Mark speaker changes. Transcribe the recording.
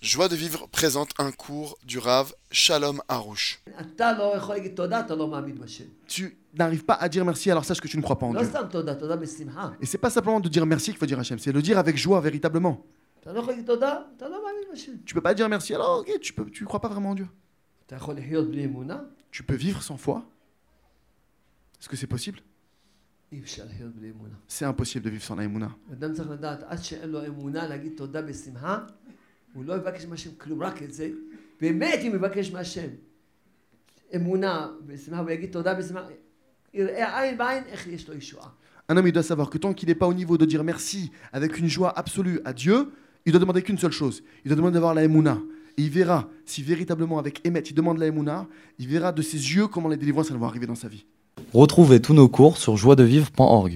Speaker 1: Joie de vivre présente un cours du Rav Shalom Harouche.
Speaker 2: אתה לא יכול להגיד תודה, אתה לא מאמין בשם.
Speaker 3: Tu n'arrives pas à dire merci, alors sache que tu ne crois pas en
Speaker 2: לא
Speaker 3: Dieu.
Speaker 2: סתם תודה, תודה בשמחה.
Speaker 3: Et c'est pas simplement de dire merci qu'il faut dire Hachem, c'est le dire avec joie véritablement.
Speaker 2: אתה לא יכול להגיד תודה, אתה לא מאמין בשם.
Speaker 3: Tu peux pas dire merci, alors ok, tu peux, tu crois pas vraiment en Dieu.
Speaker 2: אתה יכול לחיות בלי אמונה,
Speaker 3: Tu peux vivre sans foi Est-ce que c'est possible
Speaker 2: אי אפשר לחיות בלי אמונה.
Speaker 3: C'est impossible de vivre sans la Emouna.
Speaker 2: אדם צריך לדעת, עד שאין לו אמונה להגיד תודה בשמחה, הוא לא יבקש מהשם כלום, רק את זה. באמת אם יבקש מהשם אמונה בשמחה, הוא יגיד תודה בשמחה, יראה עין בעין איך יש לו ישועה.
Speaker 3: Un homme, il doit savoir que tant qu'il n'est pas au niveau de dire merci avec une joie absolue à Dieu, il doit demander qu'une seule chose. Il doit demander d'avoir la Emouna. Et il verra si véritablement, avec Emmet, il demande la Emouna, il verra de ses yeux comment les délivrances elles vont arriver dans sa vie.
Speaker 4: Retrouvez tous nos cours sur joiedevivre.org.